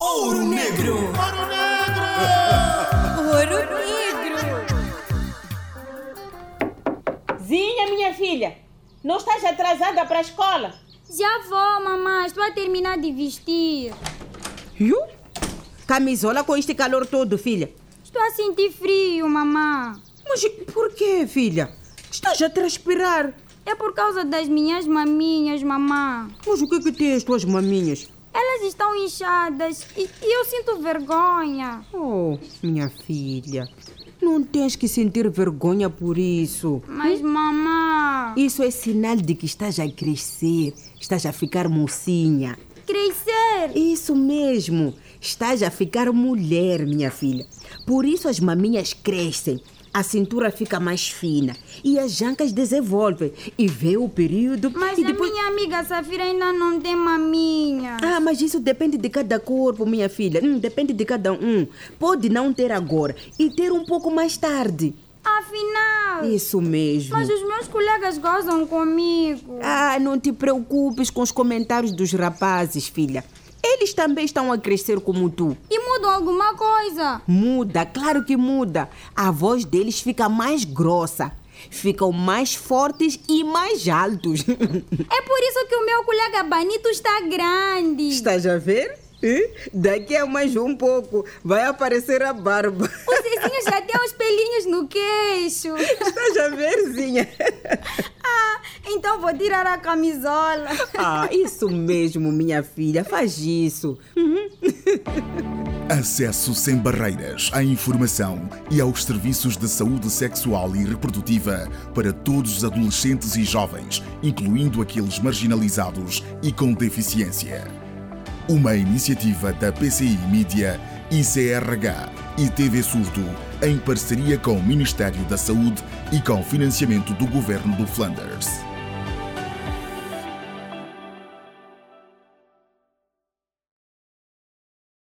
Ouro Negro. Ouro Ouro Negro! Zinha, minha filha, não estás atrasada para a escola? Já vou, mamãe. Estou a terminar de vestir. Viu? Camisola com este calor todo, filha. Estou a sentir frio, mamãe. Mas por quê, filha? Estás a transpirar. É por causa das minhas maminhas, mamãe. Mas o que é que têm as tuas maminhas? Elas estão inchadas e, e eu sinto vergonha. Oh, minha filha, não tens que sentir vergonha por isso. Mas, mamãe, Isso é sinal de que estás a crescer, estás a ficar mocinha. crescer. Isso mesmo. Estás a ficar mulher, minha filha. Por isso as maminhas crescem, a cintura fica mais fina e as jancas desenvolvem. E vê o período Mas e a minha amiga Safira ainda não tem maminha. Ah, mas isso depende de cada corpo, minha filha. Hum, depende de cada um. Pode não ter agora e ter um pouco mais tarde. Afinal, Isso mesmo. Ah. mas os meus colegas gozam comigo. Ah, não te preocupes com os comentários dos rapazes, filha. Eles também estão a crescer como tu. E mudam alguma coisa. Muda, claro que muda. A voz deles fica mais grossa. Ficam mais fortes e mais altos. É por isso que o meu colega Banito está grande. Estás a ver? Hã? Daqui a mais um pouco vai aparecer a barba. O Zezinho já tem uns pelinhos no queixo. Estás a verzinha? Ah, então vou tirar a camisola. Ah, isso mesmo, minha filha. Faz isso. Uhum. Acesso sem barreiras à informação e aos serviços de saúde sexual e reprodutiva para todos os adolescentes e jovens, incluindo aqueles marginalizados e com deficiência. Uma iniciativa da PCI Mídia, ICRH e TV Surdo, em parceria com o Ministério da Saúde e com financiamento do Governo do Flanders.